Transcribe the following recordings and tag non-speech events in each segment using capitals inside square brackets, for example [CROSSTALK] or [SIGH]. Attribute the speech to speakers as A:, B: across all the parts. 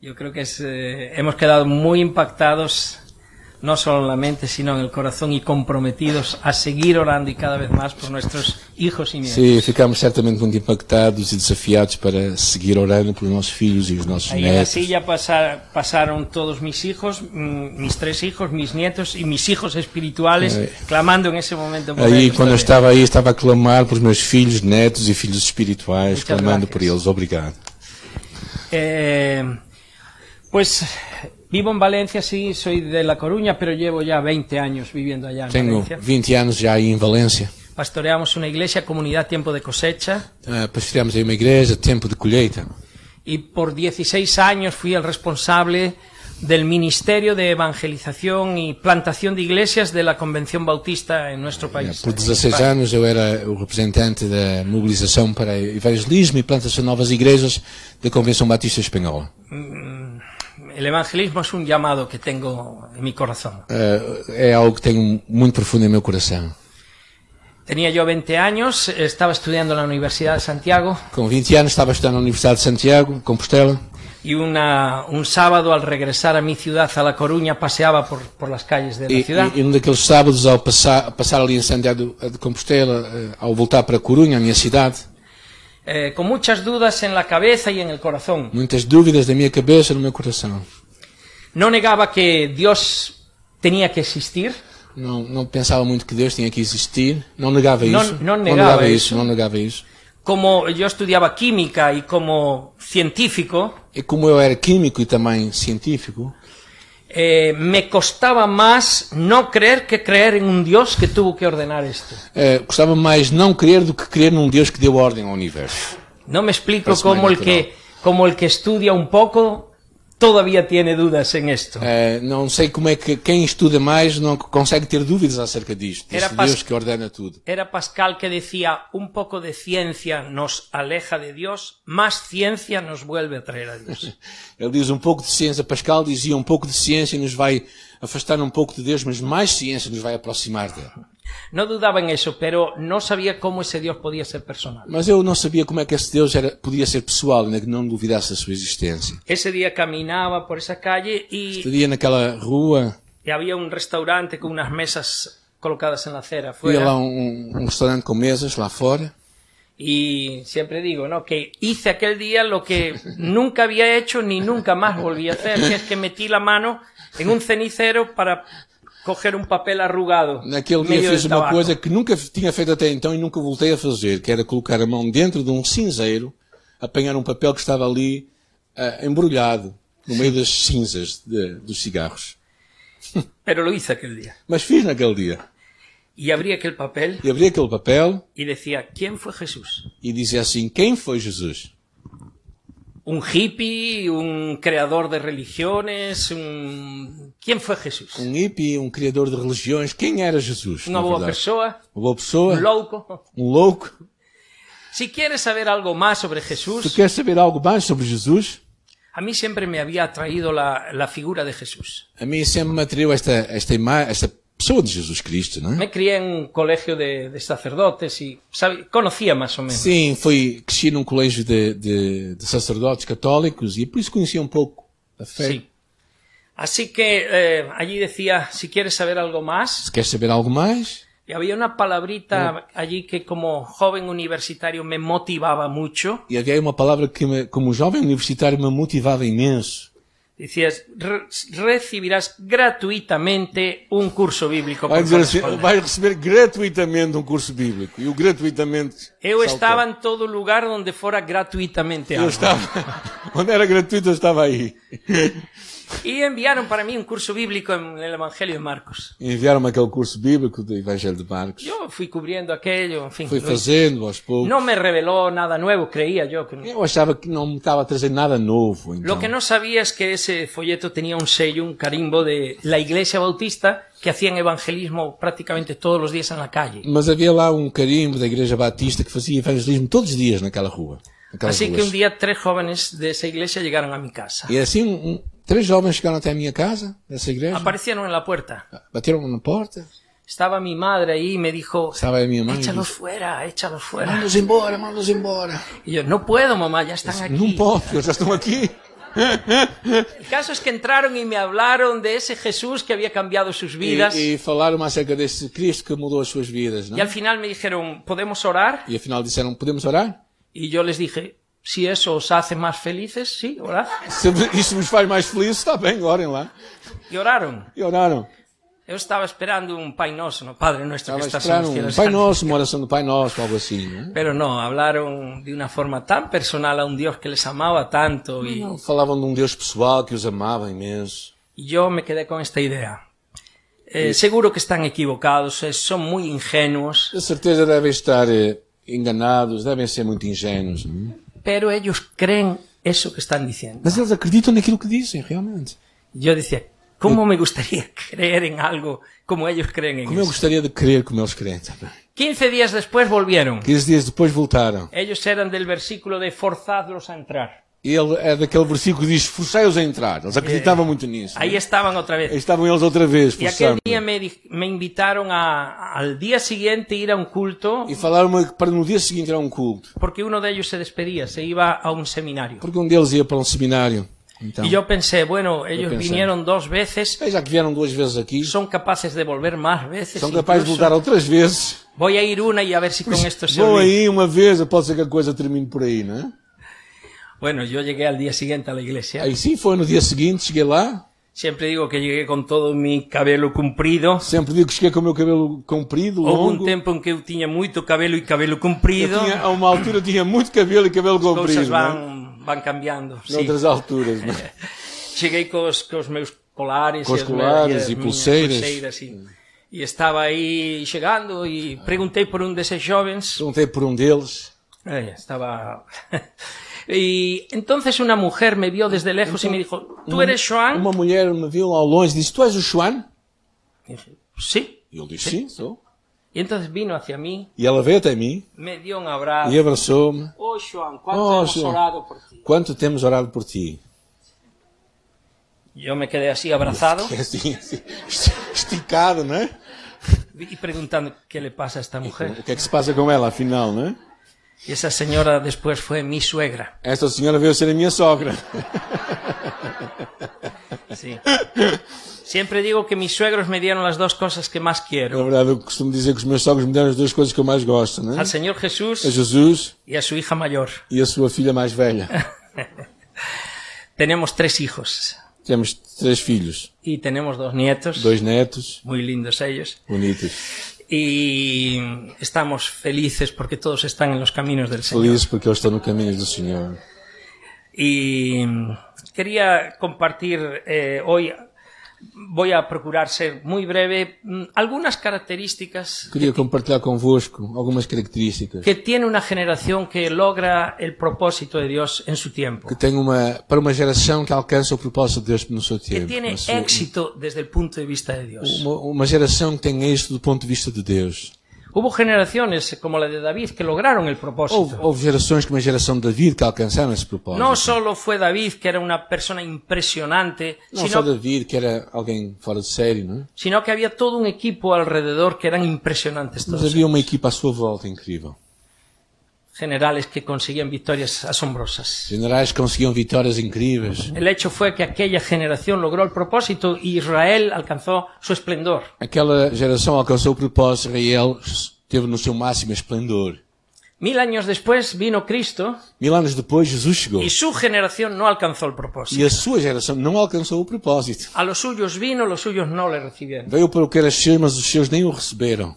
A: Yo creo que es, eh, hemos quedado muy impactados, no solo en la mente, sino en el corazón y comprometidos a seguir orando y cada vez más por nuestros hijos y nietos.
B: Sim, ficámos certamente muito impactados e desafiados para seguir orando pelos nossos filhos e os nossos
A: Ahí en la
B: netos.
A: silla pasa- pasaron todos mis hijos, mm, mis tres hijos, mis nietos y mis hijos espirituales,
B: Ahí.
A: clamando en ese momento por
B: Aí,
A: ellos
B: quando
A: también.
B: eu estava aí, estava a clamar pelos meus filhos, netos e filhos espirituais,
A: Muchas
B: clamando
A: gracias.
B: por eles. Obrigado.
A: Eh, pues vivo en Valencia, sí, soy de La Coruña, pero llevo ya 20 años viviendo allá en
B: Tenho
A: Valencia.
B: 20 anos já aí em Valência.
A: Pastoreamos una iglesia, comunidad Tiempo de Cosecha,
B: Ah, pastoreamos aí uma igreja, tempo de colheita.
A: y por 16 años fui el responsable del Ministerio de Evangelización y Plantación de Iglesias de la Convención Bautista en nuestro país.
B: Por 16 anos eu era o representante da mobilização para evangelismo e plantação de novas igrejas da Convenção Batista Espanhola.
A: El evangelismo es un llamado que tengo en mi corazón.
B: Ah, é algo que tenho muito profundo em meu coração.
A: Tenía yo 20 años, estaba estudiando en la Universidad de Santiago
B: Com 20 anos estava a estudar na Universidade de Santiago, de Compostela,
A: y una- un sábado al regresar a mi ciudad, a La Coruña, paseaba por, por las calles de
B: e,
A: la ciudad
B: e- e num daqueles sábados, ao passar, passar ali em Santiago de Compostela, eh, ao voltar para Corunha, a minha cidade,
A: eh, con muchas dudas en la cabeza y en el corazón.
B: muitas dúvidas da minha cabeça, no meu coração.
A: No negaba que Dios tenía que existir,
B: Não, não pensava muito que Deus tinha que existir, não negava
A: Não-
B: isso.
A: não negava
B: isso,
A: isso.
B: não negava isso.
A: como yo estudiaba química y como científico,
B: E como eu era químico e também científico,
A: eh, me costaba más no creer que creer en un Dios que tuvo que ordenar esto.
B: eh, gostava mais não crer do que crer num Deus que deu ordem ao universo.
A: No me explico
B: Pues
A: cómo
B: muy
A: el, que, cómo el que estudia un poco todavía tiene dudas en esto.
B: Eh, não sei como é que quem estuda mais não consegue ter dúvidas acerca disto.
A: Era
B: Este
A: pas-
B: Deus que ordena tudo.
A: Era Pascal que decía, un poco de ciencia nos aleja de Dios, más ciencia nos vuelve a traer a Dios.
B: Ele diz um pouco de ciência, Pascal dizia um pouco de ciência nos vai afastar um pouco de Deus, mas mais ciência nos vai aproximar dele.
A: No dudaba en eso, pero no sabía cómo ese Dios podía ser personal.
B: Mas eu não sabia como é que esse Deus era, podia ser pessoal, ainda que não duvidasse da sua existência.
A: Ese día caminaba por esa calle y,
B: Estaria naquela rua,
A: y había un restaurante con unas mesas colocadas en la acera
B: havia lá
A: afuera.
B: um, um restaurante com mesas lá fora.
A: Y siempre digo, ¿no? Que hice aquel día lo [LAUGHS] que nunca había hecho ni nunca más volví a hacer, que es que metí la mano en un cenicero para coger un papel arrugado.
B: Naquele
A: en
B: dia
A: medio
B: fiz
A: del
B: uma
A: tabaco.
B: coisa que nunca tinha feito até então e nunca voltei a fazer, que era colocar a mão dentro de um cinzeiro, apanhar um papel que estava ali ah, embrulhado no meio das cinzas de- dos cigarros.
A: Pero lo hice aquel día.
B: Mas fiz naquele dia.
A: Y abrí aquel papel
B: E abri aquele papel
A: y decía, ¿quién fue Jesús?
B: e dizia assim: Quem foi Jesus?
A: ¿Un hippie? ¿Un creador de religiones? Un... ¿Quién fue Jesús?
B: Um hippie, um criador de religiões. Quem era Jesus?
A: ¿Una
B: na
A: boa
B: verdade?
A: persona?
B: Uma boa pessoa?
A: ¿Un loco?
B: Um louco?
A: Si quieres saber algo más sobre
B: Tu
A: Jesús,
B: queres saber algo mais sobre Jesus?
A: a mí siempre me había atraído la- la figura de Jesús.
B: A mim sempre me atraiu esta, esta, ima- esta pessoa de Jesus Cristo, não é?
A: Me crié en un colegio de, de sacerdotes y sabe- conocía más o menos.
B: Sim, fui, cresci num colégio de, de, de sacerdotes católicos e por isso conheci um pouco a fé.
A: Sí. Así que eh, allí decía, si quieres saber algo más,
B: Se queres saber algo mais,
A: y había una palabrita allí que como joven universitario me motivaba mucho.
B: e havia aí uma palavra que, me, como jovem universitário, me motivava imenso.
A: Decías, "Re- recibirás gratuitamente un curso bíblico. por
B: Vai, dizer assim,
A: correspondencia".
B: vai receber gratuitamente um curso bíblico. E o gratuitamente.
A: Eu
B: saltou.
A: estaba en todo lugar donde fuera gratuitamente
B: Eu
A: algo.
B: estava. [LAUGHS] Onde era gratuito, eu estava aí.
A: Y enviaron para mí un curso bíblico en el Evangelio de Marcos.
B: E Enviaram-me aquele curso bíblico do Evangelho de Marcos.
A: Yo fui cubriendo aquello, en fin.
B: Fui
A: lo
B: fazendo aos poucos.
A: No me reveló nada nuevo, creía yo. que-
B: Eu achava que não me estava a trazer nada novo. Então.
A: Lo que no sabía es que ese folleto tenía un sello, un carimbo de la Iglesia Bautista que hacían evangelismo prácticamente todos los días en la calle.
B: Mas havia lá um carimbo da Igreja Batista que fazia evangelismo todos os dias naquela rua. naquelas
A: Así Assim que um
B: ruas.
A: un día tres jóvenes de esa iglesia llegaron a mi casa.
B: E assim, um- um- três jovens chegaram até a minha casa, nessa igreja,
A: Aparecieron en la puerta.
B: bateram na porta,
A: Estaba mi madre ahí y me dijo,
B: estava a minha mãe e
A: échalos
B: disse,
A: fuera, échalos fuera.
B: manda-os embora, manda-os embora.
A: Y yo, no puedo, mamá, ya están
B: Não
A: aquí.
B: pode, eles já estão aqui.
A: El caso es que entraron y me hablaron de ese Jesús que había cambiado sus vidas.
B: E, e falaram acerca desse Cristo que mudou as suas vidas, não? é?
A: Y al final me dijeron, ¿podemos orar?
B: E afinal disseram, podemos orar?
A: Y yo les dije, si eso os hace más felices, sí, orad.
B: Se [LAUGHS] isso vos faz mais felizes, está bem, orem lá.
A: Y oraron.
B: E oraram.
A: Yo estava esperando un Pai Nosso, no Padre Nuestro que
B: Estava
A: estás en los
B: esperando um
A: cielos.
B: Pai Nosso, uma oração do Pai Nosso, algo assim, não?
A: Pero no, hablaron de una forma tan personal a un Dios que les amaba tanto y,
B: Não, Falavam de um Deus pessoal que os amava imenso.
A: y yo me quedé con esta idea. Eh, seguro que están equivocados, eh, son muy ingenuos,
B: De certeza devem estar eh, enganados, devem ser muito ingênuos. não é?
A: pero ellos creen eso que están diciendo.
B: Mas eles acreditam naquilo que dizem, realmente.
A: Yo decía, ¿cómo me gustaría [LAUGHS] creer en algo como ellos creen en
B: Como eu
A: eso?
B: gostaria de crer como eles creem. também.
A: 15 días después volvieron.
B: 15 dias depois voltaram.
A: Ellos eran del versículo de forzadlos a entrar.
B: Ele é daquele versículo que diz: Forcei-os a entrar. Eles acreditavam muito nisso.
A: Ahí estaban otra
B: É, Aí é
A: vez.
B: estavam eles outra vez,
A: Y aquel
B: forçando.
A: día me, di- me invitaron a, al día siguiente ir a un culto
B: E falaram-me para no dia seguinte era um culto.
A: porque uno de ellos se despedía, se iba a un seminario.
B: Porque um deles ia para um seminário. Então,
A: Y yo pensé, bueno, ellos
B: pensé.
A: vinieron dos veces,
B: "Bem, já que vieram duas vezes aqui,
A: son capaces de volver más veces.
B: são capazes de Pues
A: incluso.
B: voltar outras vezes.
A: Voy a ir una y a ver si con esto se
B: Vão
A: olvida.
B: aí uma vez, pode ser que a coisa termine por aí, não é?
A: Bueno, yo llegué al día siguiente a la iglesia.
B: Aí sim, foi no dia seguinte, cheguei lá.
A: Siempre digo que llegué con todo mi cabelo cumprido.
B: Sempre digo que cheguei com o meu cabelo comprido,
A: Hubo un
B: longo.
A: tiempo en que eu tinha muito cabelo y cabelo
B: Eu
A: cumprido.
B: tinha, a uma altura eu tinha muito cabelo e cabelo comprido.
A: Cousas
B: Não é?
A: van, van cambiando. sí.
B: Noutras alturas, não é?
A: Cheguei cos, cos meus colares
B: Cos
A: e as me-
B: colares
A: as
B: e
A: minhas
B: pulseiras.
A: sí. E estaba aí chegando e perguntei por um desses jovens.
B: Perguntei por um deles.
A: Ai, Eh, estaba... [LAUGHS] y entonces una mujer me vio desde lejos y me dijo, ¿tú eres Joan?
B: Uma mulher me viu ao longe e disse: Tu és o João?
A: Y dije, sí.
B: E ele disse: Sim, sou.
A: Y entonces vino hacia mí,
B: E ela veio até mim
A: me dio un abrazo.
B: e abraçou-me.
A: Oh, Joan, ¿cuánto
B: Oh,
A: hemos
B: Joan.
A: orado por ti?
B: Quanto temos orado por ti?
A: Yo me quedé así abrazado
B: É assim, assim, esticado, não é?
A: y preguntando qué le pasa a esta mujer.
B: O que é que se passa com ela, afinal, não é?
A: Y esa señora después fue mi suegra.
B: Esta senhora veio ser a minha sogra.
A: Sí. Siempre digo que mis suegros me dieron las dos cosas que más quiero.
B: Na É verdade, eu costumo dizer que os meus sogros me deram as duas coisas que eu mais gosto, não é?
A: Al Señor
B: A
A: Jesús
B: Jesus
A: y a su hija mayor.
B: e a sua filha mais velha.
A: Tenemos tres hijos
B: Temos três filhos,
A: y tenemos dos nietos.
B: dois netos,
A: Muy lindos ellos.
B: bonitos,
A: Y estamos felices porque todos están en los caminos del Señor.
B: felizes porque eles estão no caminho do Senhor.
A: Y quería compartir eh, hoy, voy a procurar ser muy breve, mm, algunas características
B: Queria compartilhar convosco algumas características
A: que tiene una generación que logra el propósito de Dios en su tiempo.
B: que tem uma para uma geração que alcança o propósito de Deus no seu
A: que
B: tempo.
A: tiene
B: na sua-
A: éxito desde el punto de vista de Dios.
B: uma, uma geração que tem êxito do ponto de vista de Deus.
A: Hubo generaciones como la de David que lograram el
B: Houve,
A: propósito.
B: houve gerações como a geração de David que alcançaram esse propósito.
A: No solo fue David, que era una persona impresionante,
B: Não só
A: sino,
B: David, que era alguém fora de série, não é?
A: sino que había todo un equipo alrededor que eran impresionantes
B: Mas
A: todos.
B: havia uma equipa à sua volta incrível.
A: Generales que conseguían victorias asombrosas.
B: Generais que conseguiam vitórias incríveis.
A: El hecho fue que aquella generación logró el propósito y Israel alcanzó su esplendor.
B: Aquela geração alcançou o propósito, Israel teve no seu máximo esplendor.
A: Mil años después vino Cristo
B: Mil anos depois, Jesus chegou.
A: y su generación no alcanzó el
B: E
A: propósito.
B: a sua geração não alcançou o propósito.
A: A los suyos vino, los suyos no le recibieron.
B: Veio para o que era seu, mas os seus nem o receberam.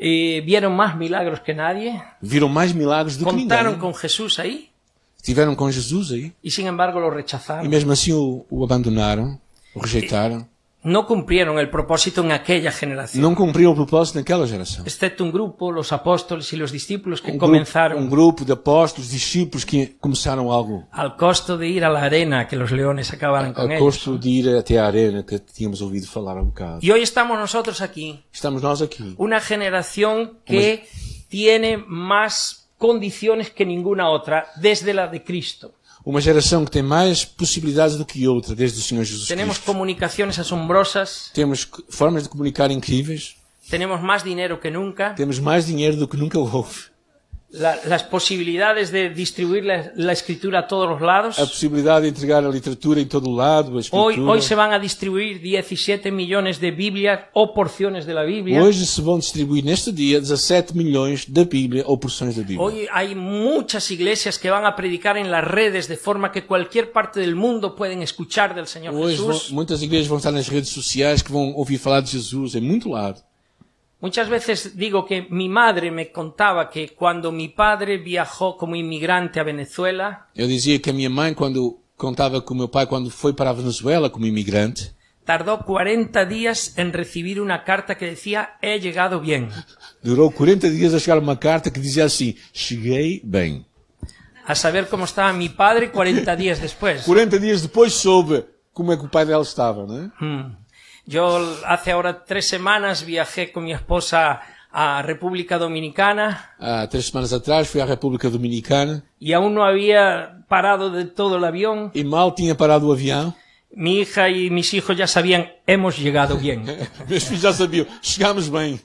A: Eh, vieron más milagros que nadie,
B: Viram mais milagres do que
A: contaron
B: ninguém.
A: con Jesús ahí
B: Estiveram com Jesus aí.
A: y sin embargo lo
B: E
A: rechazaron.
B: mesmo assim o, o abandonaram, o rejeitaram.
A: No cumplieron el propósito en aquela generación,
B: Não cumpriram o propósito naquela geração.
A: excepto un grupo, los apóstoles y los discípulos que
B: Um grupo,
A: comenzaron
B: um grupo de apóstolos, discípulos que começaram algo
A: al costo de ir a la arena que los leones acabaram con
B: a
A: ellos.
B: custo de ir até a arena que tínhamos ouvido falar há um bocado.
A: Y hoy estamos nosotros aquí,
B: Estamos nós aqui.
A: una generación que tiene más condiciones que ninguna otra desde la de Cristo.
B: Uma geração que tem mais possibilidades do que outra desde o Senhor Jesus
A: Pues Tenemos
B: Cristo.
A: comunicaciones asombrosas,
B: Temos c- formas de comunicar incríveis,
A: tenemos más dinero que nunca,
B: temos mais dinheiro do que nunca houve.
A: la- las posibilidades de distribuir la, la escritura a todos los
B: a
A: lados.
B: possibilidade de entregar a literatura em todo o lado, a escritura.
A: Hoy, hoy se van a distribuir 17 millones de Biblias o porciones de la Biblia.
B: Hoje se vão distribuir neste dia 17 milhões da Bíblia ou porções da Bíblia.
A: Hoy hay muchas iglesias que van a predicar en las redes de forma que cualquier parte del mundo pueden escuchar del Señor
B: Hoje vão-
A: Jesús.
B: muitas igrejas vão estar nas redes sociais que vão ouvir falar de Jesus em muito lado.
A: Muchas veces digo que mi madre me contaba que cuando mi padre viajó como inmigrante a Venezuela,
B: Eu dizia que a minha mãe, quando contava com o meu pai, quando foi para a Venezuela como imigrante,
A: tardó 40 días en recibir una carta que decía he llegado bien.
B: durou 40 dias a chegar uma carta que dizia assim: Cheguei bem.
A: A saber cómo estaba mi padre 40 días después.
B: 40 dias depois soube como é que o pai dela estava, não é?
A: Mm. Yo hace ahora tres semanas viajé con mi esposa a República Dominicana
B: Há três semanas atrás fui à República Dominicana
A: y aún no había parado de todo el avión.
B: e mal tinha parado o avião. [LAUGHS]
A: Mi hija y mis hijos ya sabían hemos llegado bien.
B: Meus filhos já sabiam, chegámos bem.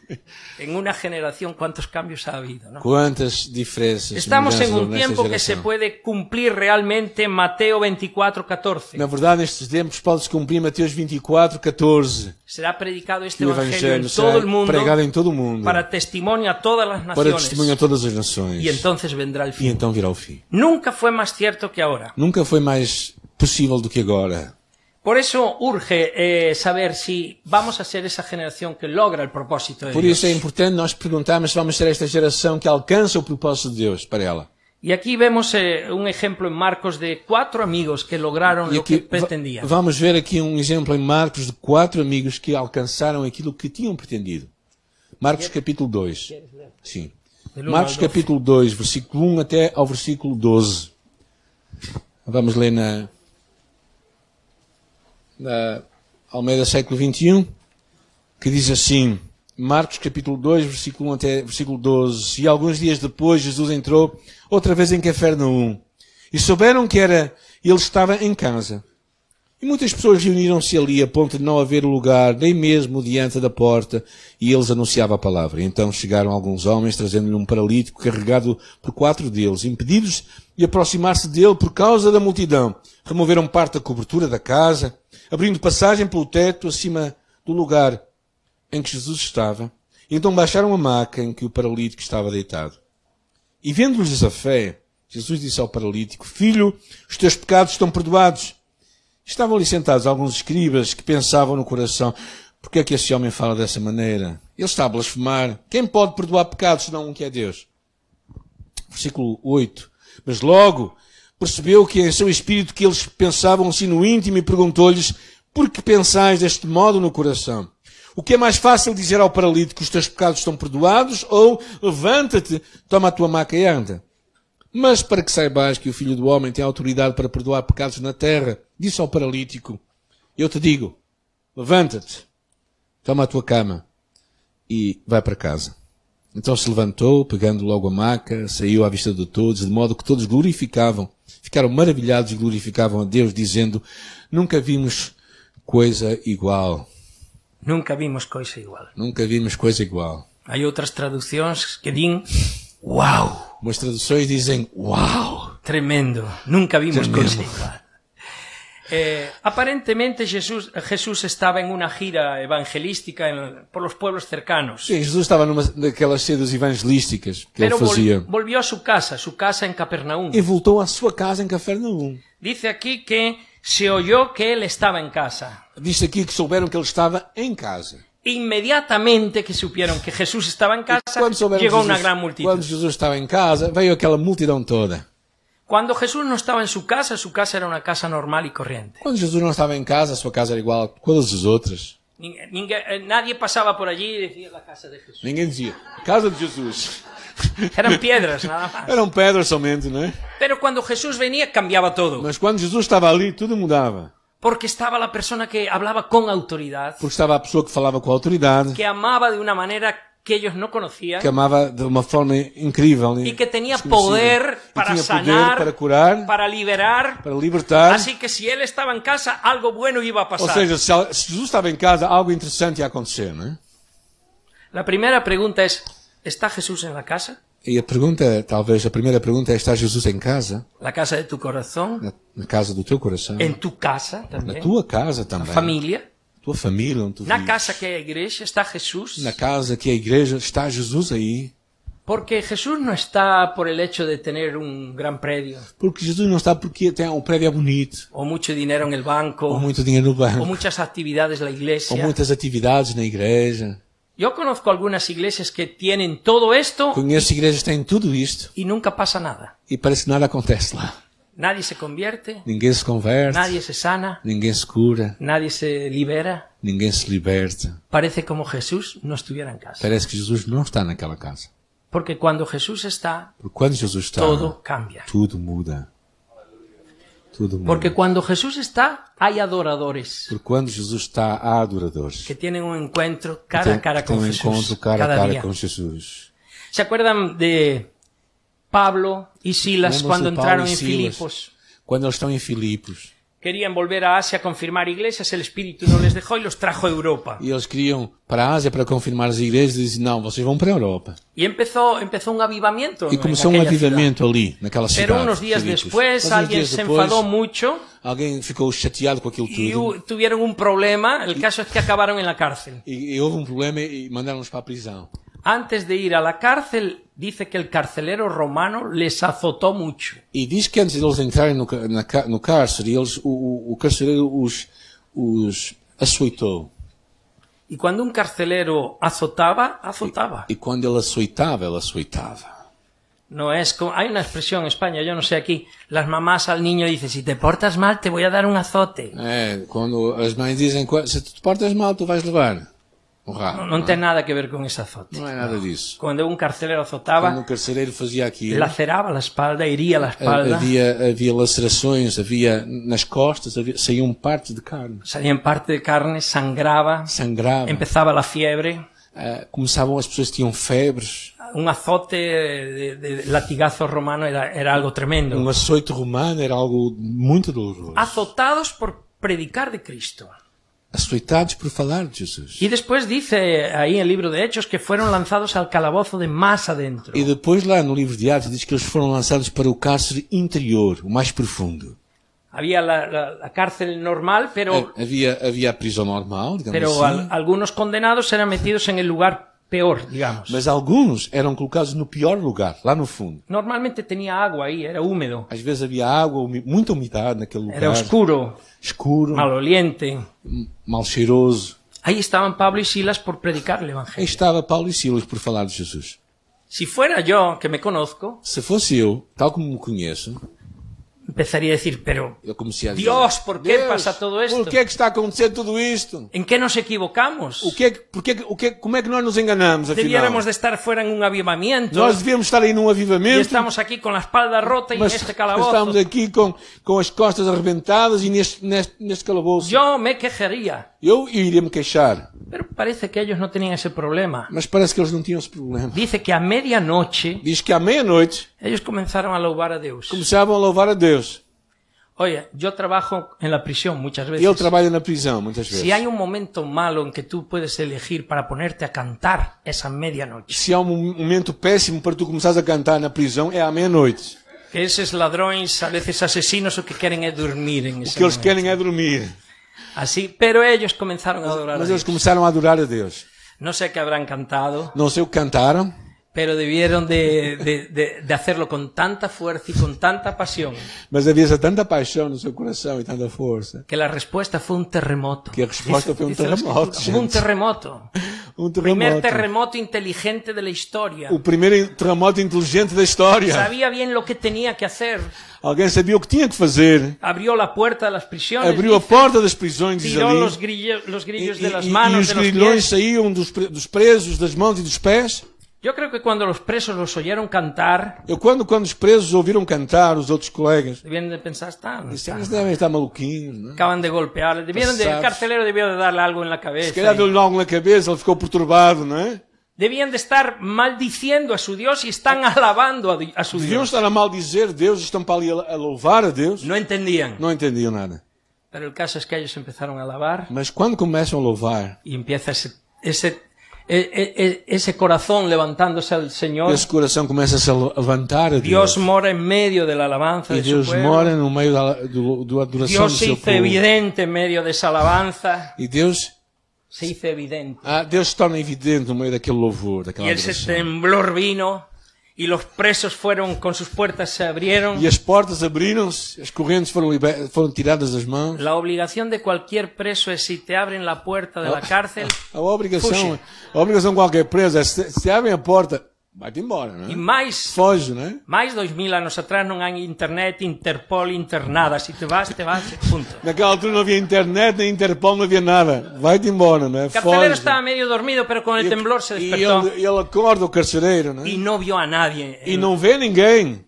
A: En una generación cuántos cambios ha habido, ¿no?
B: Quantas diferenças.
A: Estamos en
B: mudanças
A: un
B: nesta
A: tiempo que se
B: geração.
A: puede cumplir realmente Mateo 24, 14.
B: Na verdade, nestes tempos pode-se cumprir Mateus 24, 14.
A: Será predicado este
B: Que o
A: evangelio
B: Evangelho
A: en todo
B: será
A: el mundo
B: pregado em todo o mundo para,
A: para testemunio a todas las
B: testemunho
A: naciones
B: a todas as nações.
A: y entonces vendrá el
B: E
A: fin.
B: então virá o fim.
A: Nunca fue más cierto que ahora.
B: Nunca foi mais possível do que agora.
A: Por eso urge eh, saber si vamos a ser esa generación que logra el propósito de
B: Por isso é
A: Dios.
B: importante nós perguntarmos se vamos ser esta geração que alcança o propósito de Deus para ela.
A: Y aquí vemos eh, un ejemplo en Marcos de cuatro amigos que lograron
B: E
A: lo que
B: aqui va-
A: pretendían.
B: vamos ver aqui um exemplo em Marcos de quatro amigos que alcançaram aquilo que tinham pretendido. Marcos capítulo 2. Sim.
A: Del uno
B: Marcos
A: al doce.
B: capítulo 2, versículo 1 até ao versículo 12. Vamos ler na, na Almeida século 21, que diz assim, Marcos capítulo 2, versículo 1 até versículo 12. E alguns dias depois Jesus entrou outra vez em Cafarnaum. E souberam que era, ele estava em casa. E muitas pessoas reuniram-se ali a ponto de não haver lugar, nem mesmo diante da porta, e eles anunciavam a palavra. Então chegaram alguns homens trazendo-lhe um paralítico carregado por quatro deles, impedidos de aproximar-se dele por causa da multidão. Removeram parte da cobertura da casa, abrindo passagem pelo teto acima do lugar em que Jesus estava. Então baixaram a maca em que o paralítico estava deitado. E vendo-lhes a fé, Jesus disse ao paralítico, Filho, os teus pecados estão perdoados. Estavam ali sentados alguns escribas que pensavam no coração: por que é que esse homem fala dessa maneira? Ele está a blasfemar. Quem pode perdoar pecados senão um que é Deus? Versículo 8. Mas logo percebeu que em seu espírito que eles pensavam assim no íntimo e perguntou-lhes: por que pensais deste modo no coração? O que é mais fácil dizer ao paralítico que os teus pecados estão perdoados ou levanta-te, toma a tua maca e anda? Mas para que saibais que o Filho do Homem tem autoridade para perdoar pecados na terra, disse ao paralítico: Eu te digo, levanta-te, toma a tua cama e vai para casa. Então se levantou, pegando logo a maca, saiu à vista de todos, de modo que todos glorificavam, ficaram maravilhados e glorificavam a Deus, dizendo: Nunca vimos coisa igual,
A: Nunca vimos cosa igual.
B: nunca vimos coisa igual.
A: Hay otras traducciones que din wow,
B: Umas traduções dizem: Uau!
A: tremendo, nunca vimos
B: Tremendo.
A: cosa igual. Eh, aparentemente Jesús, Jesús estaba en una gira evangelística en- por los pueblos cercanos,
B: Sim, Jesus estava numa daquelas sedas evangelísticas que ele
A: pero vol-
B: fazia.
A: volvió a su casa, su casa en Capernaum.
B: e voltou à sua casa em Cafarnaum.
A: Dice aquí que se oyó que él estaba en casa.
B: Diz aqui que souberam que ele estava em casa.
A: Inmediatamente que supieron que Jesús estaba en casa,
B: Quando souberam
A: llegó
B: que
A: una
B: Jesus,
A: gran multitud.
B: quando Jesus estava em casa, veio aquela multidão toda.
A: Cuando Jesús no estaba en su casa, su casa era una casa normal y corriente.
B: Quando Jesus não estava em casa, a sua casa era igual a todas as outras.
A: Nin- ningue- eh, nadie pasaba por allí y decía la casa de Jesús.
B: Ninguém dizia, casa
A: [LAUGHS]
B: de Jesus.
A: Eran piedras nada más.
B: Eram pedras somente, não é?
A: Pero cuando Jesús venía cambiaba todo.
B: Mas quando Jesus estava ali, tudo mudava.
A: Porque estaba la persona que hablaba con autoridad,
B: Porque estava a pessoa que falava com a autoridade,
A: que amaba de una manera que ellos no conocían
B: que amava de uma forma incrível. é?
A: y que tenía
B: desconhecida.
A: poder
B: E
A: para
B: tinha poder
A: sanar,
B: para curar,
A: para liberar.
B: para libertar.
A: Así que si él estaba en casa, algo bueno iba a
B: Ou
A: pasar.
B: seja, se al- se Jesus estava em casa, algo interessante ia acontecer, não é?
A: La primera pregunta es, ¿está Jesús en la casa?
B: E a pergunta, talvez a primeira pergunta é: está Jesus em casa?
A: la casa de tu corazón,
B: Na, na casa do teu coração?
A: en tu casa
B: Na
A: también,
B: tua casa também?
A: familia,
B: Tua família, onde tu
A: na
B: vives?
A: casa que hay iglesia está Jesús,
B: Na casa que é a igreja, está Jesus aí?
A: porque Jesús no está por el hecho de tener un gran predio
B: Porque Jesus não está porque tem um prédio é bonito,
A: o mucho dinero en el banco
B: ou muito dinheiro no
A: o
B: banco,
A: muchas actividades en la
B: ou
A: iglesia.
B: muitas atividades na igreja.
A: Yo conozco algunas iglesias que tienen todo esto
B: Conheço igrejas que têm tudo isto
A: y nunca pasa nada.
B: e parece que nada acontece lá.
A: Nadie se convierte,
B: Ninguém se converte,
A: nadie se sana,
B: ninguém se cura,
A: nadie se libera.
B: ninguém se liberta.
A: Parece como Jesús no estuviera en casa.
B: Parece que Jesus não está naquela casa.
A: Porque cuando Jesús está,
B: Porque quando Jesus está,
A: todo cambia.
B: tudo muda. Tudo muda.
A: Porque cuando Jesús está, hay adoradores
B: Porque quando Jesus está, há adoradores.
A: que tienen un encuentro cara
B: Tem-
A: a cara
B: tem um
A: con Jesús
B: encontro cara a
A: cada
B: cara
A: día.
B: com Jesus.
A: ¿Se acuerdan de Pablo y Silas
B: Lembram-se
A: cuando
B: de Paulo
A: entraram
B: e
A: en
B: Silas.
A: Filipos?
B: Quando eles estão em Filipos
A: Querían volver a Asia a confirmar iglesias, el Espíritu no les dejó y los trajo a Europa.
B: e eles queriam para a Ásia para confirmar as igrejas, dizem: Não, vocês vão para a Europa.
A: Y empezó, empezó un avivamiento.
B: E
A: en
B: começou um
A: aquella ciudad.
B: avivamento ali, naquela cidade.
A: Pero unos días
B: Filipos.
A: después
B: Mas uns
A: alguien
B: dias
A: se
B: depois,
A: enfadó mucho
B: Alguém ficou chateado com aquilo
A: y
B: tudo.
A: hu- tuvieron un problema. El caso es que acabaron en la cárcel.
B: E, e houve um problema e mandaram-nos para a prisão.
A: Antes de ir a la cárcel, dice que el carcelero romano les azotó mucho.
B: E diz que antes deles entrarem no, ca- na ca- no cárcere, eles, o, o, o carcereiro os, os açoitou.
A: Y cuando un carcelero azotaba, azotaba.
B: E quando ele açoitava, ele açoitava.
A: No es como, hay una expresión en España, yo no sé aquí, las mamás al niño dicen, si te portas mal te voy a dar un azote.
B: É, quando as mães dizem, "Qua- se tu te portas mal, tu vais levar. Um rabo.
A: No, no tiene nada que ver con ese azote.
B: Não é nada disso.
A: Cuando un carcelero
B: Quando
A: azotaba,
B: o carcereiro fazia aquilo,
A: laceraba la espalda, hería la
B: ha-
A: espalda,
B: havia, havia lacerações, havia nas costas, havia, saíam parte de carne.
A: salían parte de carne, sangraba,
B: Sangrava.
A: empezaba la fiebre,
B: Ah, começavam, as pessoas tinham febres.
A: un azote de, de latigazo romano era, era algo
B: Um
A: tremendo.
B: açoite romano era algo muito doloroso.
A: Ah. Azotados por predicar de Cristo.
B: Açoitados por falar de Jesus.
A: Y después dice ahí en el libro de Hechos que fueron lanzados al calabozo de más adentro.
B: E depois lá no livro de Atos diz que eles foram lançados para o cárcere interior, o mais profundo.
A: Había la, la- la cárcel normal, pero,
B: Ha- Havia, havia a prisão normal, digamos
A: pero
B: assim,
A: al- algunos condenados eran metidos en el lugar peor, digamos.
B: mas alguns eram colocados no pior lugar, lá no fundo.
A: Normalmente tenía agua ahí, era húmedo,
B: Às vezes havia água, humi- muita umidade naquele lugar,
A: era oscuro,
B: escuro, mal,
A: maloliente.
B: cheiroso.
A: Ahí estaban Pablo y Silas por predicar el
B: Aí
A: Evangelio.
B: estava Paulo e Silas por falar de Jesus.
A: Si fuera yo, que me conozco,
B: Se fosse eu, tal como me conheço,
A: empezaría a decir, pero
B: eu comecei a dizer...
A: Dios, ¿por qué
B: "Deus,
A: pasa todo esto?
B: Por que é que está acontecendo tudo isto?
A: ¿en qué nos equivocamos?
B: O que é que, por que é que- o que é que- como é que nós nos enganamos, afinal?
A: Debiéramos de estar fuera en un avivamiento
B: Nós devíamos estar aí num
A: y
B: avivamento,
A: estamos aquí con la espalda rota y en
B: Mas
A: este calabozo.
B: Pues estamos aqui com, com as costas arrebentadas e neste, neste, neste calabouço.
A: Yo me quejaría,
B: Eu iria me queixar,
A: pero parece que ellos no tenían esse problema.
B: mas parece que eles não tinham esse problema.
A: Dice que a medianoche
B: Diz que à meia-noite
A: ellos comenzaron a louvar a Dios.
B: começavam a louvar a Deus.
A: Oye, yo trabajo en la prisión muchas
B: E ele
A: veces.
B: trabalha na prisão, muitas vezes.
A: Si hay un momento malo en que tú puedes elegir para ponerte a cantar esa medianoche,
B: Se há um momento péssimo para tu começares a cantar na prisão, é à meia-noite.
A: que esos ladrones, a veces asesinos, lo que quieren es dormir en
B: O
A: ese
B: que eles
A: momento.
B: querem é dormir.
A: Así, pero ellos comenzaron a adorar a
B: Mas eles
A: Dios.
B: começaram a adorar a Deus.
A: No sé qué habrán cantado,
B: Não sei o que cantaram,
A: pero debieron de, de- de- de hacerlo con tanta fuerza y con tanta pasión
B: mas havia já tanta paixão no seu coração e tanta força.
A: que la respuesta fue un terremoto.
B: Que la respuesta fue un
A: la
B: terremoto,
A: Escritura, Hubo un
B: gente.
A: terremoto.
B: Um
A: Primer
B: terremoto.
A: terremoto inteligente de la historia.
B: O primeiro terremoto inteligente da história.
A: Sabía bien lo que tenía que hacer.
B: Alguém sabia o que tinha que fazer.
A: Abrió la puerta de las prisiones.
B: Abriu a porta das prisões, diz
A: tiró los
B: ali.
A: grillos, los
B: E,
A: grillos de las
B: e- e
A: manos,
B: os
A: de los
B: grilhões
A: pies.
B: saíam dos, pre- dos presos, das mãos e dos pés.
A: Yo creo que cuando los presos los oyeron cantar,
B: Eu, quando, quando os presos ouviram cantar, os outros colegas,
A: debieron de pensar, están,
B: disseram, eles devem estar maluquinhos, não é?
A: acaban de golpearle, debieron de, el
B: Pasados.
A: carcelero debió de darle algo en la
B: Se calhar
A: cabeza.
B: deu-lhe algo na cabeça, ele ficou perturbado, não é?
A: Debían de estar maldiciendo a su Dios y están alabando a, di- a su
B: Deviam
A: Dios.
B: estar a maldizer Deus, estão para ali a, a louvar a Deus.
A: No entendían.
B: Não entendiam nada.
A: Pero el caso es que ellos empezaron a alabar
B: Mas quando começam a louvar,
A: y empieza ese, ese, e- e- e- ese corazón levantándose al Señor.
B: Esse coração começa a se levantar a Deus.
A: Dios mora en medio de la alabanza
B: E
A: de su
B: Deus
A: pueblo.
B: mora no meio da do, do adoração do
A: Dios se
B: seu
A: hizo
B: povo.
A: evidente en medio de esa alabanza.
B: E Deus,
A: Se hizo evidente.
B: ah, Deus se torna evidente no meio daquele louvor, daquela
A: Y ese
B: adoração.
A: temblor vino y los presos fueron con sus puertas se abrieron.
B: E as portas abriram-se, as correntes foram, liber- foram tiradas das mãos.
A: La obligación de cualquier preso es si te abren la puerta de la cárcel
B: A obrigação,
A: Fuxi.
B: a obrigação de qualquer preso é se, se abrem a porta, vai-te embora,
A: y
B: não é?
A: más
B: Foge, não é?
A: Mais dois mil anos atrás non hai internet, interpol, internada. Se te vas, te vas, punto.
B: Naquela altura não havia internet, nem Interpol, não havia nada. Vai-te embora, não é?
A: El carcelero
B: Foge.
A: estaba medio dormido, pero con el temblor se
B: e
A: despertó
B: ele, ele acorda o carcereiro, não é?
A: y no vio a nadie.
B: E não vê ninguém.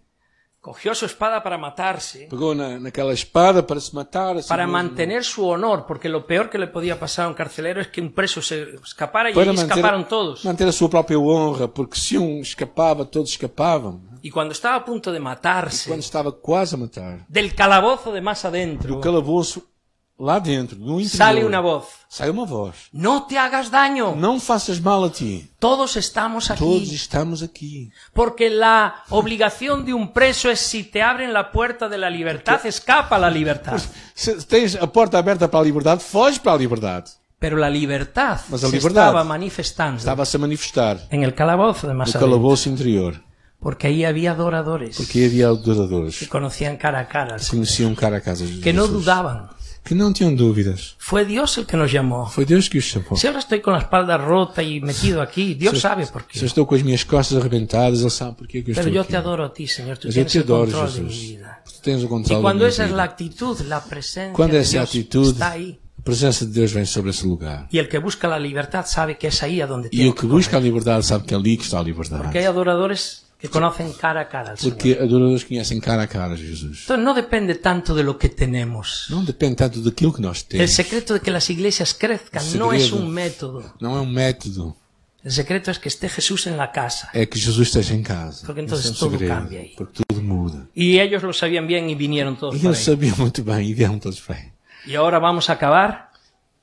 A: Cogió su espada para matarse,
B: Pegou na, naquela espada para se matar. assim, a si
A: para
B: mesmo.
A: mantener su honor, porque lo peor que le podía pasar a un carcelero es que un preso se escapara y
B: para
A: ahí escaparam todos.
B: manter a sua própria honra, porque se um escapava, todos escapavam.
A: Y cuando estaba a punto de matarse,
B: Quando estava quase a matar,
A: del calabozo de más
B: do
A: adentro,
B: calabouço, lá dentro, no interior,
A: sale una voz.
B: sai uma voz.
A: No te hagas daño,
B: Não faças mal a ti.
A: todos estamos
B: Todos
A: aquí.
B: estamos aqui.
A: Porque la obligación de un preso es si te abren la puerta de la libertad, escapa la libertad.
B: Se tens a porta aberta para a liberdade, foge para a liberdade.
A: Pero la libertad
B: Mas a
A: se
B: liberdade
A: estaba manifestando
B: Estava a se manifestar
A: en el calabozo de
B: no
A: Masadero,
B: calabouço interior,
A: porque ahí había adoradores
B: porque havia
A: que
B: adoradores.
A: conocían cara a cara, al Señor,
B: Conheciam um cara a casa de
A: que no
B: Jesus,
A: dudaban.
B: que não tinham dúvidas.
A: Fue Dios el que nos llamó.
B: Foi Deus que os chamou.
A: Si ahora estoy con la espalda rota y metido aquí, Dios sabe por
B: Se eu
A: qué.
B: estou com as minhas costas arrebentadas, ele sabe porque é que eu
A: Pero
B: estou
A: yo
B: aqui.
A: te adoro a ti, Señor. Tú
B: Mas eu
A: tienes
B: te
A: el
B: adoro,
A: control de mi
B: Jesus.
A: vida.
B: Tu tens o
A: Y
B: controle da
A: cuando
B: minha
A: esa es la
B: vida.
A: actitud, la presencia
B: Quando
A: de
B: essa é a
A: Dios
B: atitude,
A: está ahí.
B: a presença de Deus vem sobre esse lugar.
A: Y el que busca la libertad sabe que es ahí a donde
B: E
A: tiene
B: o que busca a liberdade sabe que é ali que está a liberdade.
A: Porque hay adoradores que conocen cara a cara al Señor.
B: Porque adoradores conhecem cara a cara Jesus.
A: Entonces no depende tanto de lo que tenemos.
B: Não depende tanto daquilo que nós
A: El
B: temos.
A: secreto de é que las iglesias crezcan
B: El
A: no es
B: secreto.
A: un método.
B: Não é um método.
A: El secreto es que esté Jesús en la casa.
B: É que Jesus esteja em casa.
A: Porque então
B: Esse é um
A: tudo
B: segredo,
A: cambia aí.
B: Porque tudo muda.
A: Y ellos lo sabían bien y vinieron todos.
B: E
A: para
B: eles
A: ahí.
B: sabiam muito bem e vieram todos bem.
A: Y ahora vamos a acabar.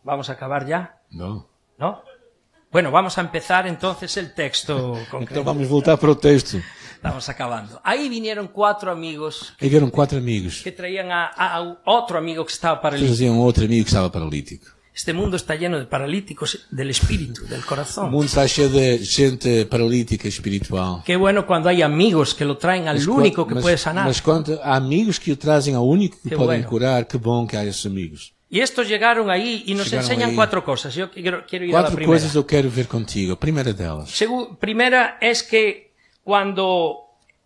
A: Vamos a acabar ya,
B: Não?
A: ¿no? Bueno, vamos a empezar entonces el texto
B: Então
A: concreto.
B: vamos voltar para o texto.
A: Estamos acabando. Ahí vinieron cuatro amigos
B: Aí vieron quatro amigos.
A: que traíam a, a- a otro amigo que estaba
B: Eles
A: paralítico.
B: diziam outro amigo que estava paralítico.
A: Este mundo está lleno de paralíticos del espíritu, del
B: O
A: corazón.
B: mundo está cheio de gente paralítica espiritual.
A: Qué bueno cuando hay amigos que lo traen al único que
B: mas,
A: puede sanar.
B: Mas quando há amigos que o trazem ao único que,
A: Que
B: podem
A: bueno.
B: curar, que bom que há esses amigos.
A: Y estos llegaron ahí y nos
B: Llegaron
A: enseñan
B: ahí.
A: cuatro cosas. Yo quiero, quiero ir a la
B: Quatro
A: primera.
B: coisas eu quero ver contigo. A primeira delas.
A: Segu- primera es que cuando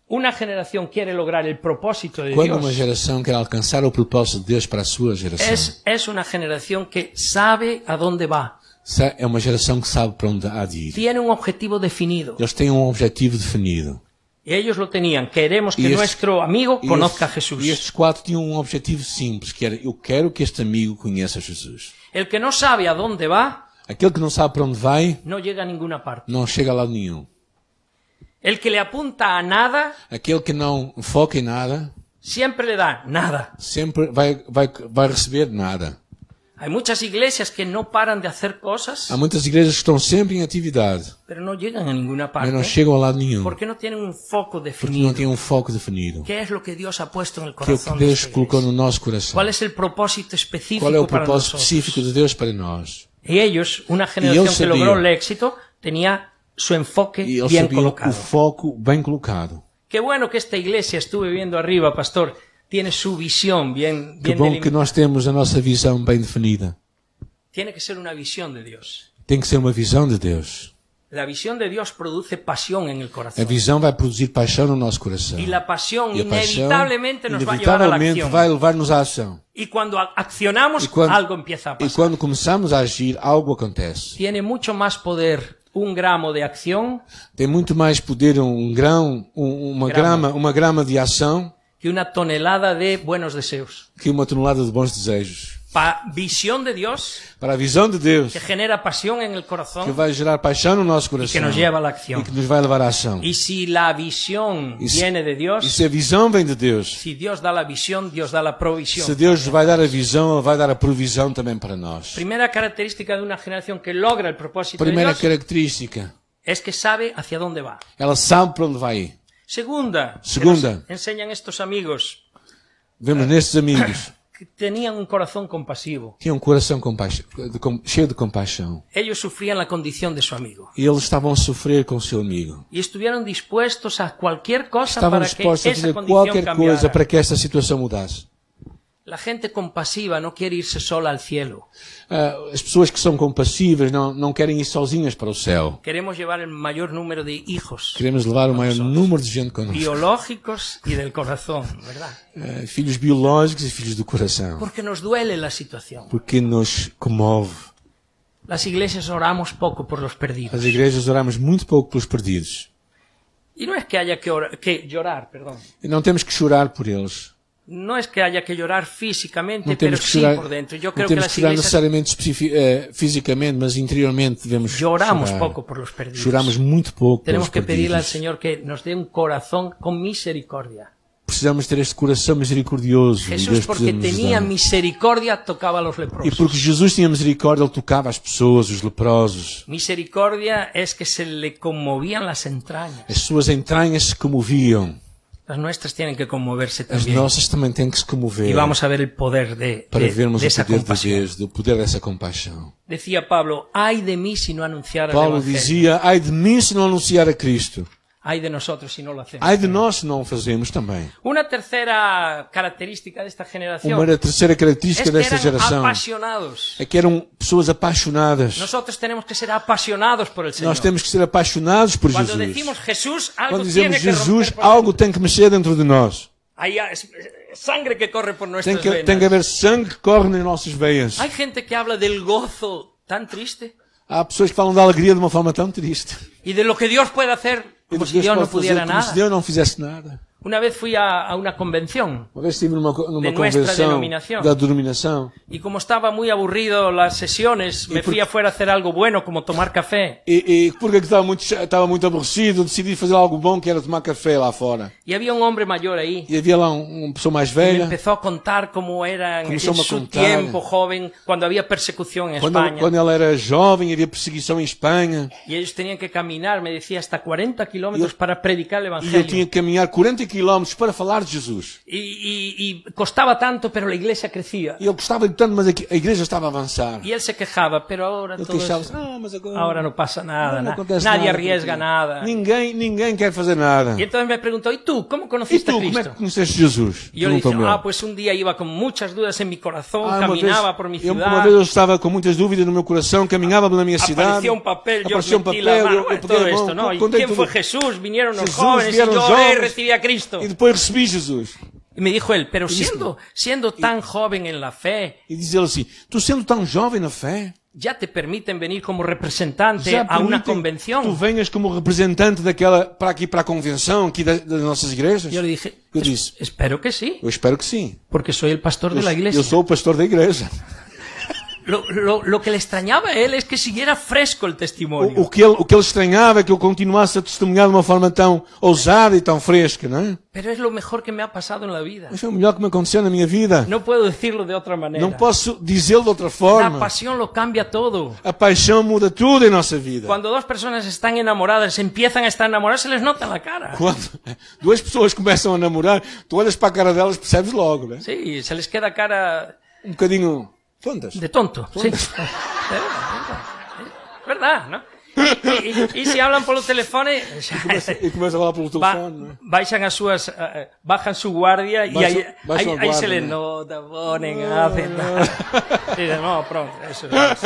A: una generación quiere lograr el propósito de
B: Quando uma
A: Dios,
B: geração quer alcançar o propósito de Deus para a sua geração,
A: es, es una generación que sabe a dónde va,
B: sa- é uma geração que sabe para onde há de ir.
A: tiene un objetivo definido.
B: Eles têm um objetivo definido.
A: Y ellos lo tenían. Queremos que
B: Y es-
A: nuestro amigo
B: E
A: conozca a
B: estes-
A: Jesús.
B: E estes quatro tinham um objetivo simples, que era eu quero que este amigo conheça Jesus.
A: El que no sabe a dónde va,
B: Aquele que não sabe para onde vai,
A: no llega a ninguna parte.
B: não chega a lado nenhum.
A: El que le apunta a nada,
B: Aquele que não foca em nada,
A: siempre le da nada.
B: sempre vai, vai, vai receber nada.
A: Hay muchas iglesias que no paran de hacer cosas,
B: Há muitas igrejas que estão sempre em atividade,
A: pero no llegan a ninguna
B: mas não
A: parte.
B: chegam a lado nenhum,
A: Porque no tienen un foco
B: porque não
A: definido.
B: têm um foco definido.
A: ¿Qué es lo que Dios ha puesto en el
B: Que é o que
A: corazón de
B: Deus
A: esta iglesia?
B: colocou no nosso coração.
A: ¿Cuál es el propósito é específico
B: Qual é o
A: para
B: propósito
A: nosotros?
B: específico de Deus para nós?
A: Y ellos, una generación que
B: sabían.
A: logró el éxito, tenía su enfoque
B: E eles
A: bien
B: sabiam o
A: colocado.
B: foco bem colocado.
A: Qué bueno que esta iglesia, estuve viendo arriba, pastor, tiene su visión bien,
B: Que
A: bien
B: bom que
A: delimitada.
B: nós temos a nossa visão bem definida.
A: Tiene que ser una visión de Dios.
B: Tem que ser uma visão de Deus.
A: La visión de Dios produce pasión en el
B: A
A: corazón.
B: visão vai produzir paixão no nosso coração.
A: Y la pasión
B: E a paixão
A: inevitablemente nos va a llevar a la
B: inevitavelmente
A: acción.
B: vai levar-nos à ação.
A: Y cuando a- accionamos,
B: E quando-
A: algo empieza a
B: E
A: pasar.
B: quando começamos a agir, algo acontece.
A: Tiene mucho más poder un gramo de acción
B: Tem muito mais poder um grão, um- uma
A: Grama.
B: grama, uma grama de ação
A: que una tonelada de buenos deseos.
B: que uma tonelada de bons desejos.
A: pa- visión de Dios
B: para a visão de Deus,
A: que genera pasión en el
B: que
A: corazón
B: vai gerar paixão no nosso
A: y
B: coração
A: que nos lleva a la
B: e
A: acción.
B: que nos vai levar à ação.
A: Y si la visión
B: Y si-
A: viene de
B: E
A: Dios,
B: se a visão vem de Deus,
A: si Dios da la visión, Dios da la
B: se
A: provisión.
B: Deus vai dar a visão, Ele vai dar a provisão também para nós.
A: Primera característica de una generación que logra el propósito de
B: Primeira
A: Dios
B: característica,
A: es que sabe hacia dónde va.
B: ela sabe para onde vai ir.
A: Segunda, que
B: Segunda.
A: nos enseñan estos amigos
B: Vemos
A: É.
B: nestes amigos
A: que tenían un corazón compasivo.
B: tinham um coração compa- de com- cheio de compaixão.
A: Ellos sufrían la condición de su amigo
B: E eles estavam a sofrer com o seu amigo.
A: y estuvieron dispuestos a cualquier cosa
B: Estavam
A: Então, para que
B: dispostos a
A: esa
B: fazer
A: condición
B: qualquer coisa
A: cambiara.
B: para que esta situação mudasse.
A: La gente compasiva no quiere irse sola al cielo.
B: Ah, as pessoas que são compassivas não, não querem ir sozinhas para o céu.
A: Queremos llevar el mayor número de hijos
B: Queremos levar o maior número de gente connosco.
A: biológicos y del corazón, ¿verdad?
B: Ah, filhos biológicos e filhos do coração.
A: Porque nos duele la situación.
B: Porque nos comove.
A: Las iglesias oramos poco por los perdidos.
B: As igrejas oramos muito pouco pelos perdidos.
A: Y no es que haya que, orar- que llorar, perdón.
B: E não temos que chorar por eles.
A: No es que haya que llorar físicamente,
B: Não
A: pero
B: temos que
A: sí
B: chorar,
A: por dentro. Yo
B: não
A: creo que
B: temos que
A: las
B: chorar
A: iglesias
B: necessariamente especifi- eh, fisicamente, mas interiormente devemos
A: lloramos
B: chorar.
A: poco por los perdidos.
B: Choramos muito pouco
A: Tenemos
B: pelos
A: Pues que pedirle al
B: perdidos.
A: Señor que nos dé un corazón con misericordia.
B: Precisamos ter este coração misericordioso. e
A: Jesús,
B: Deus
A: porque
B: precisa nos
A: tenía
B: ajudar.
A: misericordia, tocaba a los
B: E
A: leprosos.
B: porque Jesus tinha misericórdia, Ele tocava as pessoas, os leprosos.
A: Misericordia es que se le conmovían las entrañas.
B: As suas entranhas se comoviam.
A: Las nuestras tienen que conmoverse
B: As
A: también.
B: nossas também têm que se comover
A: Y vamos a ver el poder de,
B: para
A: de-
B: vermos
A: de
B: o
A: esa
B: poder de
A: compasión.
B: Deus, o poder dessa compaixão.
A: Decía Pablo, ay de mí si no anunciara el
B: Paulo
A: Evangelio.
B: dizia, ai de mim se não anunciar a Cristo.
A: Ay de nosotros si no lo hacemos.
B: Ai de nós se não o fazemos também.
A: Una tercera característica de esta
B: Uma
A: generación
B: era a terceira
A: es
B: característica
A: que
B: desta
A: eran
B: geração
A: apasionados.
B: é que eram pessoas apaixonadas.
A: Nosotros tenemos que ser apasionados por el Señor.
B: Nós temos que ser apaixonados por
A: Cuando
B: Jesus.
A: decimos Jesús, algo
B: Quando dizemos
A: tiene que
B: Jesus,
A: romper por
B: algo tem que mexer dentro de nós.
A: Hay ah, es- es- sangre que corre por
B: Tem
A: nuestras
B: que, tem
A: venas.
B: que haver sangue que corre nas nossas veias.
A: Hay gente que habla del gozo tan triste
B: Há pessoas que falam da alegria de uma forma tão triste.
A: y de lo que Dios puede hacer como
B: Deus
A: si Dios
B: pode
A: no
B: fazer
A: pudiera
B: como
A: nada.
B: se Deus não fizesse nada.
A: Una vez fui a, a una convención
B: Uma vez estive numa, co- numa
A: De nuestra
B: convenção
A: denominación.
B: da denominação
A: y como estaba muy aburrido las sesiones, me
B: por-
A: fui afuera a hacer algo bueno como tomar café.
B: e, e porque é que estava muito, cha- estava muito aborrecido, decidi fazer algo bom que era tomar café lá fora.
A: Y había un hombre mayor ahí.
B: E havia lá um- uma pessoa mais
A: Y me
B: velha.
A: empezó a contar cómo era en
B: Comenzó a
A: su
B: contar.
A: tiempo joven, cuando había persecución en
B: Quando,
A: España.
B: quando ela era jovem, havia perseguição em Espanha.
A: Y ellos tenían que caminar, me decía, hasta 40 kilómetros para predicar el
B: E eu tinha
A: Evangelio.
B: que caminhar 40 quilómetros para falar de Jesus.
A: Y, y- y costaba tanto, pero la iglesia crecía.
B: E ele gostava de tanto, mas a que- a igreja estava a avançar.
A: Y él se quejaba, pero ahora
B: Ele
A: todo es-
B: queixava-se, ah, mas agora,
A: ahora no pasa nada,
B: não
A: na-
B: acontece
A: nadie
B: nada,
A: arriesga
B: porque
A: nada.
B: Ninguém, ninguém quer fazer nada.
A: Y entonces me preguntó, ¿y tú cómo
B: E
A: conociste
B: tu,
A: a
B: como é que
A: Cristo?
B: conheceste Jesus?
A: Y yo le dije,
B: Perguntou-me ele.
A: ah, pues un día iba con muchas dudas en mi corazón,
B: Ah, uma vez-
A: caminaba por mi
B: eu,
A: ciudad.
B: uma vez eu estava com muitas dúvidas no meu coração, caminhava pela minha cidade.
A: Apareció un papel, yo
B: apareceu um
A: metí
B: papel,
A: la mano,
B: eu, eu
A: bueno, "Ah, é
B: peguei
A: todo
B: a mão,
A: esto, ¿no? ¿Y
B: contei
A: quién
B: tudo.
A: fue Jesús? Vinieron los
B: Jesús,
A: jóvenes y
B: vieron
A: yo
B: os
A: oré y
B: jovens.
A: recibí a Cristo.
B: E depois recebi Jesus.
A: Y me dijo él, pero siendo, siendo tan joven en la fe,
B: E diz ele assim, tu sendo tão jovem na fé,
A: ya te permiten venir como representante
B: já
A: a una
B: permitem que tu
A: convención.
B: venhas como representante daquela, para aqui, para a convenção, aqui da- das nossas igrejas?
A: Yo le dije,
B: Eu
A: "Es-
B: disse,
A: espero que sí,
B: eu espero que sim.
A: porque soy el pastor de la
B: Eu,
A: iglesia.
B: eu sou o pastor da igreja.
A: Lo, lo- lo que le extrañaba a él es que siguiera fresco el
B: O,
A: testimonio.
B: o que ele, o que ele estranhava é que eu continuasse a testemunhar de uma forma tão ousada e tão fresca, não é?
A: Pero es lo mejor que me ha pasado en la vida.
B: Mas foi o melhor que me aconteceu na minha vida.
A: No puedo decirlo de otra
B: Não
A: manera.
B: posso dizê-lo de outra
A: La
B: forma.
A: pasión lo cambia todo.
B: A paixão muda tudo em nossa vida.
A: Cuando dos personas están enamoradas, empiezan a estar enamoradas, se les nota en la cara.
B: Quando duas pessoas começam a namorar, tu olhas para a cara delas percebes logo, né?
A: Sí, se les queda cara
B: Um bocadinho tontas.
A: de tonto. Sí. Es verdad, ¿no? Y, y- y si hablan por los telefones, o sea, [LAUGHS]
B: E começam a falar pelo
A: va-
B: telefone, né?
A: baixan a sus, eh, bajan su guardia y
B: Baixo-
A: ahí,
B: baixo
A: ahí- ahí
B: a guardia,
A: se les
B: né?
A: nota, ponen, hacen. Dicen, no, pronto, eso no es".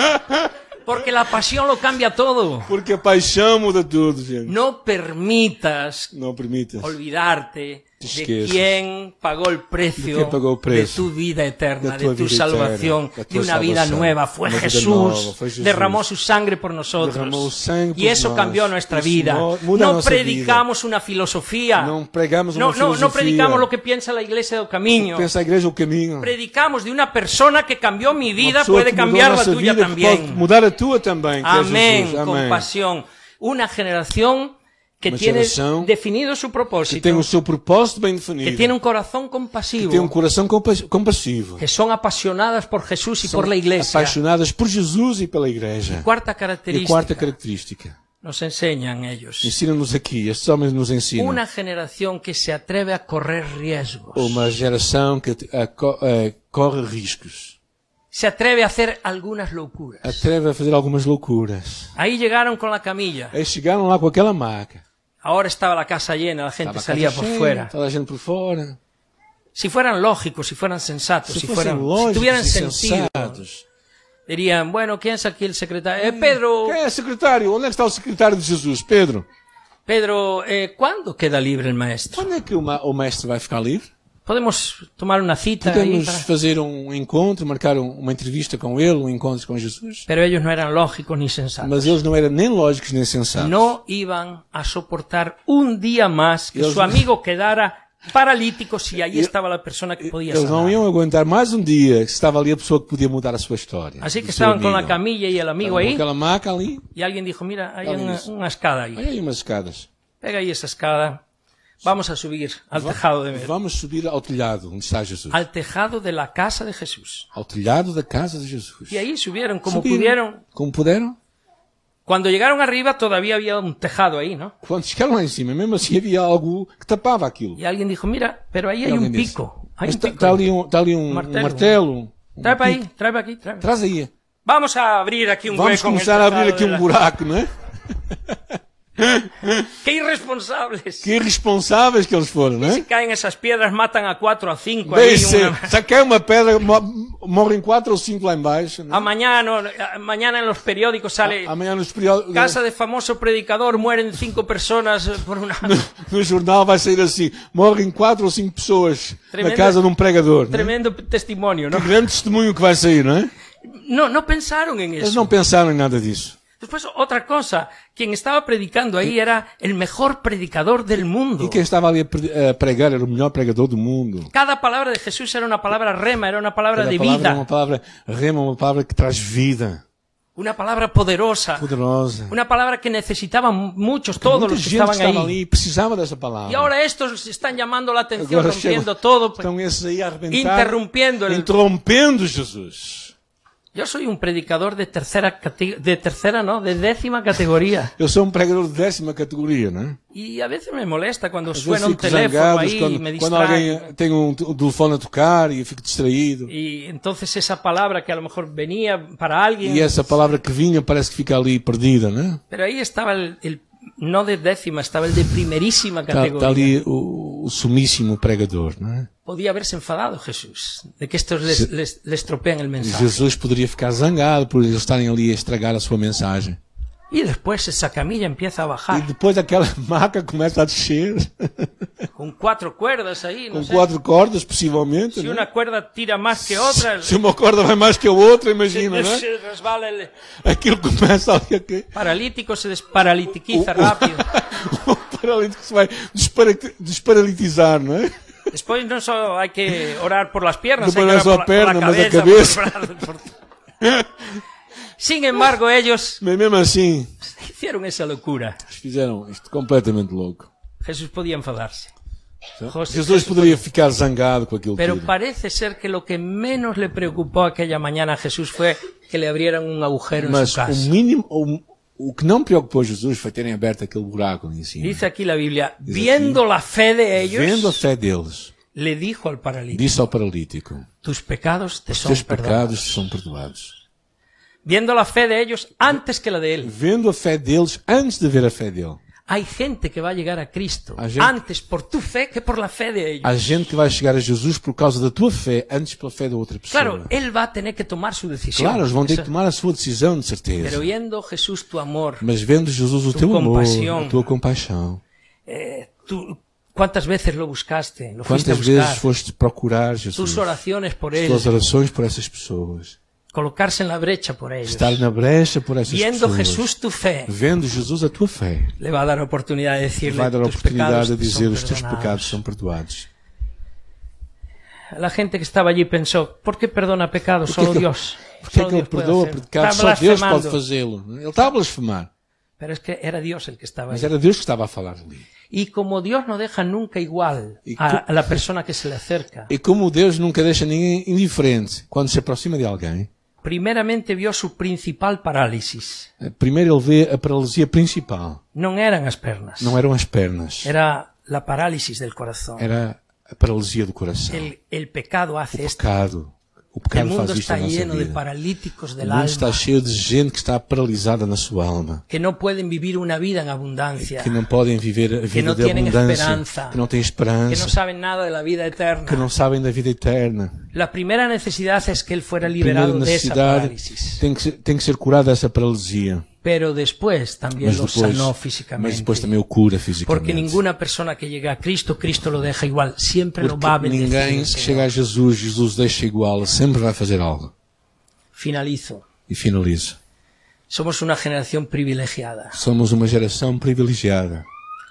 A: Porque la pasión lo cambia todo.
B: Porque a paixão muda tudo, gente.
A: No permitas
B: Não permitas
A: olvidarte
B: te
A: de
B: esqueças.
A: quién pagó el precio
B: De quién pagó el precio.
A: de tu vida eterna,
B: De
A: de
B: tua
A: tu
B: vida
A: salvación,
B: eterna, da
A: de
B: tua
A: una vida
B: salvação.
A: nueva. Fue
B: Uma vida
A: Jesús,
B: nova, foi Jesus.
A: derramó su sangre por nosotros.
B: Derramou o sangue
A: y
B: por
A: eso
B: nós.
A: cambió nuestra
B: Isso
A: vida.
B: mo- muda a
A: No
B: nossa
A: predicamos una filosofía.
B: Não pregamos uma
A: no, no, no
B: filosofia.
A: predicamos lo que piensa la iglesia del camino.
B: Pensa a igreja o caminho.
A: Predicamos de una persona que cambió mi
B: Uma
A: vida,
B: pessoa
A: puede
B: que mudou
A: cambiar
B: a
A: la
B: nossa
A: tuya
B: vida, que pode
A: también.
B: mudar a tua também, que é
A: Amén,
B: Jesus. Amén.
A: compasión. Una generación que
B: Uma
A: tiene
B: geração
A: definido su
B: Que
A: propósito,
B: tem o seu propósito bem definido.
A: que um tiene un corazón
B: que
A: compasivo,
B: tem um coração compa- compassivo.
A: que son apasionadas por Jesús y
B: São
A: por la iglesia.
B: apaixonadas por Jesus e pela igreja.
A: Cuarta
B: E a
A: característica,
B: quarta característica.
A: nos enseñan ellos,
B: Ensina-nos aqui, estes homens nos ensinam.
A: una generación que se atreve a correr riesgos,
B: Uma geração que te- a co- a- corre riscos.
A: se atreve a hacer algunas locuras.
B: Atreve a fazer algumas loucuras.
A: Ahí llegaron con la camilla,
B: Aí chegaram lá com aquela maca.
A: ahora estaba la casa llena, la gente
B: Tava a
A: salía
B: casa
A: por
B: cheia,
A: fuera.
B: Toda a gente por fora.
A: Si fueran lógicos, si fueran sensatos, si,
B: Se fossem
A: fueran, si
B: lógicos
A: tuvieran
B: e
A: sentido,
B: sensatos. Mm,
A: Dirían, bueno, ¿quién es aquí el secretario? Eh, Pedro,
B: Quem é secretário? Onde é que está o secretário de Jesus? Pedro,
A: Pedro, eh, ¿cuándo queda libre el maestro?
B: quando é que o, ma- o mestre vai ficar livre?
A: Podemos tomar una cita. ahí
B: Podemos
A: para-
B: fazer um encontro, marcar um- uma entrevista com ele, um encontro com Jesus?
A: Pero ellos no eran lógicos ni sensatos.
B: Mas eles não eram nem lógicos nem sensatos.
A: No iban a soportar un día más que
B: Ellos-
A: su amigo quedara paralítico si ahí estaba la persona que podía
B: Eles não
A: sanar.
B: iam aguentar mais um dia que estava ali a pessoa que podia mudar a sua história.
A: Así que
B: do seu
A: estaban con la
B: amigo.
A: camilla y el amigo
B: Estavam com
A: ahí
B: Aquela maca ali.
A: y alguien dijo, mira, hay
B: Alguien
A: una,
B: dice-
A: una escada ahí.
B: Olha aí umas escadas.
A: Pega ahí esa escada. Vamos a subir al tejado de
B: Vamos subir ao telhado onde está Jesus.
A: al tejado de la casa de Jesús.
B: Ao telhado da casa de Jesus.
A: Y ahí subieron como
B: Subiram.
A: pudieron.
B: Como puderam.
A: Cuando llegaron arriba todavía había un tejado ahí, ¿no?
B: Quando chegaram lá em cima, mesmo assim havia algo que tapava aquilo.
A: Y alguém dijo, mira, pero ahí hay
B: Alguém
A: un um
B: disse,
A: pico. Hay
B: Mas
A: un
B: está
A: pico.
B: tá ali um, tá ali um um martelo.
A: Martelo.
B: um
A: Trae para
B: pico.
A: ahí, trae para aquí, trae para-
B: Traz aí.
A: Vamos é a abrir aquí un
B: Vamos
A: hueco. en el
B: começar a
A: tejado
B: abrir aqui
A: de la-
B: um buraco, não é?
A: ¡Qué irresponsables!
B: Que irresponsáveis que eles foram, não é?
A: Caen esas piedras, matan a cuatro, a cinco.
B: Bem,
A: Ahí,
B: se,
A: una-
B: se cai é uma pedra, mo- morrem quatro ou cinco lá embaixo. não é?
A: A mañana, a- mañana en los periódicos sale...
B: Amanhã nos periódicos.
A: Casa de famoso predicador, mueren cinco personas eh, por una...
B: [LAUGHS] No jornal vai sair assim: morrem quatro ou cinco pessoas
A: Tremenda-
B: na casa de um pregador. não é?
A: [LAUGHS] Tremendo testimonio, ¿no?
B: Que grande testemunho que vai sair, não é?
A: No, no pensaron en
B: Eles
A: eso.
B: não pensaram em nada disso.
A: Después, otra cosa, quien estaba predicando ahí era el mejor predicador del mundo.
B: E quem estava ali a pre- a pregar era o melhor pregador do mundo.
A: Cada palabra de Jesús era una palabra rema, era una palabra
B: Cada
A: de
B: palavra é uma
A: vida,
B: palavra rema, uma palavra que traz vida,
A: una palabra poderosa,
B: poderosa.
A: una palabra que necesitaban muchos, todos
B: Muita
A: los que
B: gente que
A: estaban
B: estava
A: ahí.
B: ali e precisava dessa palavra.
A: Y ahora estos están llamando la atención,
B: Agora
A: rompiendo
B: chegam-
A: todo. pues.
B: estão esses aí a arrebentar,
A: Interrumpiendo el-
B: interrompendo Jesus.
A: Yo soy un predicador de tercera, cate- de tercera, no, de décima categoría.
B: Eu sou um pregador de décima categoria, não é?
A: Y a veces me molesta cuando
B: Às
A: suena
B: vezes
A: un
B: fico
A: teléfono
B: zangado
A: ahí y me
B: quando, quando
A: distrae.
B: alguém tem um t- um telefone a tocar e eu fico distraído.
A: Y entonces esa palabra que a lo mejor venía para
B: E
A: alguien,
B: essa palavra que vinha parece que fica ali perdida, né?
A: pero ahí estaba el, el- no de décima, estaba el de primerísima
B: Está
A: categoría.
B: tá ali o, o sumíssimo pregador, né?
A: Podía haberse enfadado Jesús de que estos les, les, les tropean el mensaje.
B: Jesus poderia ficar zangado por eles estarem ali a estragar a sua mensagem.
A: Y después esa camilla empieza a
B: E
A: bajar
B: depois aquela [LAUGHS] maca começa a descer,
A: con cuatro cuerdas ahí. No
B: com
A: sé,
B: quatro cordas, possivelmente.
A: si
B: né?
A: una cuerda tira más que otra, el-
B: Se uma corda vai mais que a outra, imagina, né?
A: se resbala el
B: Aquilo começa ali a cair.
A: paralítico, se desparalitiquiza é rápido.
B: [LAUGHS] O paralítico se vai desparati- desparalitizar, não é?
A: Después no solo hay que orar por las piernas,
B: Después
A: hay que
B: no
A: orar
B: solo
A: por la- por, la
B: piernas,
A: cabeza,
B: más la
A: por los brazos, por- Sin embargo, ellos
B: Mas mesmo assim,
A: hicieron esa locura.
B: eles fizeram isto completamente louco.
A: Jesús podía enfadarse. José-
B: Jesus poderia ficar zangado com aquilo
A: Pero
B: tudo.
A: parece ser que lo que menos le preocupó aquella mañana a Jesús fue que le abrieran un agujero en
B: Mas
A: su
B: o
A: casa.
B: mínimo, o, o que não preocupou Jesus foi terem aberto aquele buraco ali em cima.
A: Dice aquí la Biblia, viendo la fe de
B: Vendo a
A: ellos,
B: fé deles,
A: le dijo al paralítico,
B: disse ao paralítico:
A: tus pecados te son
B: Seus
A: perdonados.
B: pecados são perdoados.
A: Viendo la fe de ellos antes que la de él.
B: Vendo a fé deles antes de ver a fé dele.
A: Hay gente que va a llegar a Cristo
B: Hay gente-
A: antes por tu fe que por la fe de ellos.
B: Há gente que vai chegar a Jesus por causa da tua fé antes pela fé da outra pessoa.
A: Claro, é él va a tener que tomar su decisión.
B: Claro, eles vão ter
A: Esa-
B: que tomar a sua decisão,
A: Pero
B: de certeza.
A: viendo Jesús tu amor,
B: Mas vendo Jesus o
A: Tu
B: teu amor,
A: compaixão.
B: a tua compaixão,
A: tu- ¿Cuántas veces lo buscaste? Lo fuiste a
B: Quantas
A: buscar.
B: vezes foste procurar
A: Tus
B: Jesus?
A: oraciones por
B: Suas
A: ellos.
B: orações por essas pessoas.
A: Colocarse en la brecha por ellos.
B: Estar na brecha por essas
A: Viendo
B: pessoas.
A: Jesús tu fe,
B: Vendo Jesus a tua fé.
A: le va a dar oportunidad de decirle
B: Vai dar a
A: tus pecados
B: oportunidade de
A: te
B: dizer
A: son
B: os teus
A: perdonados".
B: pecados são perdoados.
A: La gente que estaba allí pensó, ¿por qué perdona pecados?
B: Por que
A: Solo
B: que-
A: Dios.
B: Porque é
A: Solo
B: que ele
A: Dios puede
B: perdoa
A: hacer".
B: pecados?
A: Está
B: Só Deus
A: blasfemando.
B: pode fazê-lo. Ele está a blasfemar.
A: Pero es que era Dios el que estaba
B: Mas
A: allí.
B: era Deus que estava a falar ali.
A: Y como Dios no deja nunca igual
B: Y
A: a,
B: co-
A: a la persona que se le acerca,
B: E como Deus nunca deixa ninguém indiferente quando se aproxima de alguém,
A: primeramente vio su principal parálisis.
B: eh, primeiro ele vê a paralisia principal.
A: Non eran as pernas.
B: Não eram as pernas.
A: Era la parálisis del corazón.
B: Era a paralisia do coração.
A: El, el pecado
B: O
A: hace esto.
B: pecado. O
A: El
B: pecado
A: mundo
B: faz isto
A: está
B: na nossa
A: lleno de
B: vida.
A: paralíticos
B: O
A: del
B: mundo está
A: alma
B: cheio de gente que está paralisada na sua alma.
A: que no pueden vivir una vida en abundancia,
B: Que não podem viver a vida
A: não
B: de
A: têm
B: abundância.
A: esperanza.
B: Que não têm
A: que no
B: esperança.
A: saben nada de la vida
B: Que
A: eterna.
B: não sabem da vida eterna.
A: La primera necesidad es que él fuera
B: Primeira
A: liberado de esa
B: necessidade
A: parálisis.
B: tem que, ser- tem que ser curada essa paralisia.
A: Pero después también
B: Mas
A: lo
B: depois,
A: sanó
B: mas
A: físicamente.
B: depois também o cura
A: Porque
B: fisicamente.
A: ninguna persona que llega a Cristo, Cristo lo deja igual. Siempre lo va a
B: Porque
A: bendecir.
B: ninguém
A: el
B: que
A: Señor.
B: chega a Jesus, Jesus deixa igual, sempre vai fazer algo.
A: Finalizo.
B: E finalizo.
A: Somos una generación privilegiada.
B: Somos uma geração privilegiada.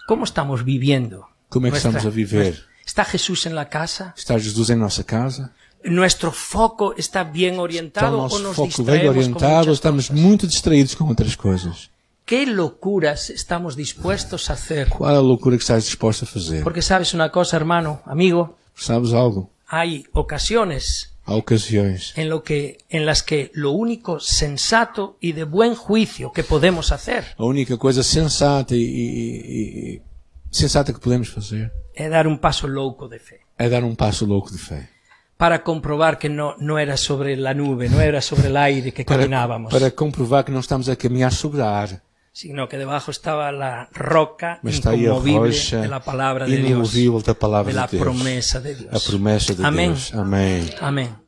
A: ¿Cómo estamos viviendo?
B: Como é que
A: Nuestra-
B: estamos a viver?
A: ¿Está Jesús en la casa?
B: Está Jesus em nossa casa?
A: ¿Nuestro foco está bien
B: Está
A: orientado
B: o
A: o
B: nosso
A: nos
B: foco bem
A: distraemos con muchas
B: orientado? Estamos
A: cosas?
B: muito distraídos com outras coisas.
A: ¿Qué locuras estamos dispuestos a hacer?
B: Qual é a loucura que estás disposto a fazer?
A: Porque sabes una cosa, hermano, amigo,
B: Sabes algo?
A: hay ocasiones
B: Há ocasiões
A: en, lo que, en las que lo único sensato y de buen juicio que podemos hacer
B: A única coisa sensata e, e- e- e- sensata que podemos fazer
A: es dar un paso louco de fe.
B: é dar um passo louco de fé.
A: para comprobar que no, no era sobre la nube, no era sobre el aire que
B: Para,
A: caminábamos,
B: para comprovar que não estamos a caminhar sobre a ar,
A: sino que debajo estaba la roca
B: mas está aí a
A: inconmovible
B: rocha
A: de la palabra de Dios,
B: inamovível da
A: de
B: palavra
A: la
B: de Deus.
A: promesa de
B: A
A: Dios.
B: promessa de
A: Amém.
B: Deus. Amém.
A: Amén.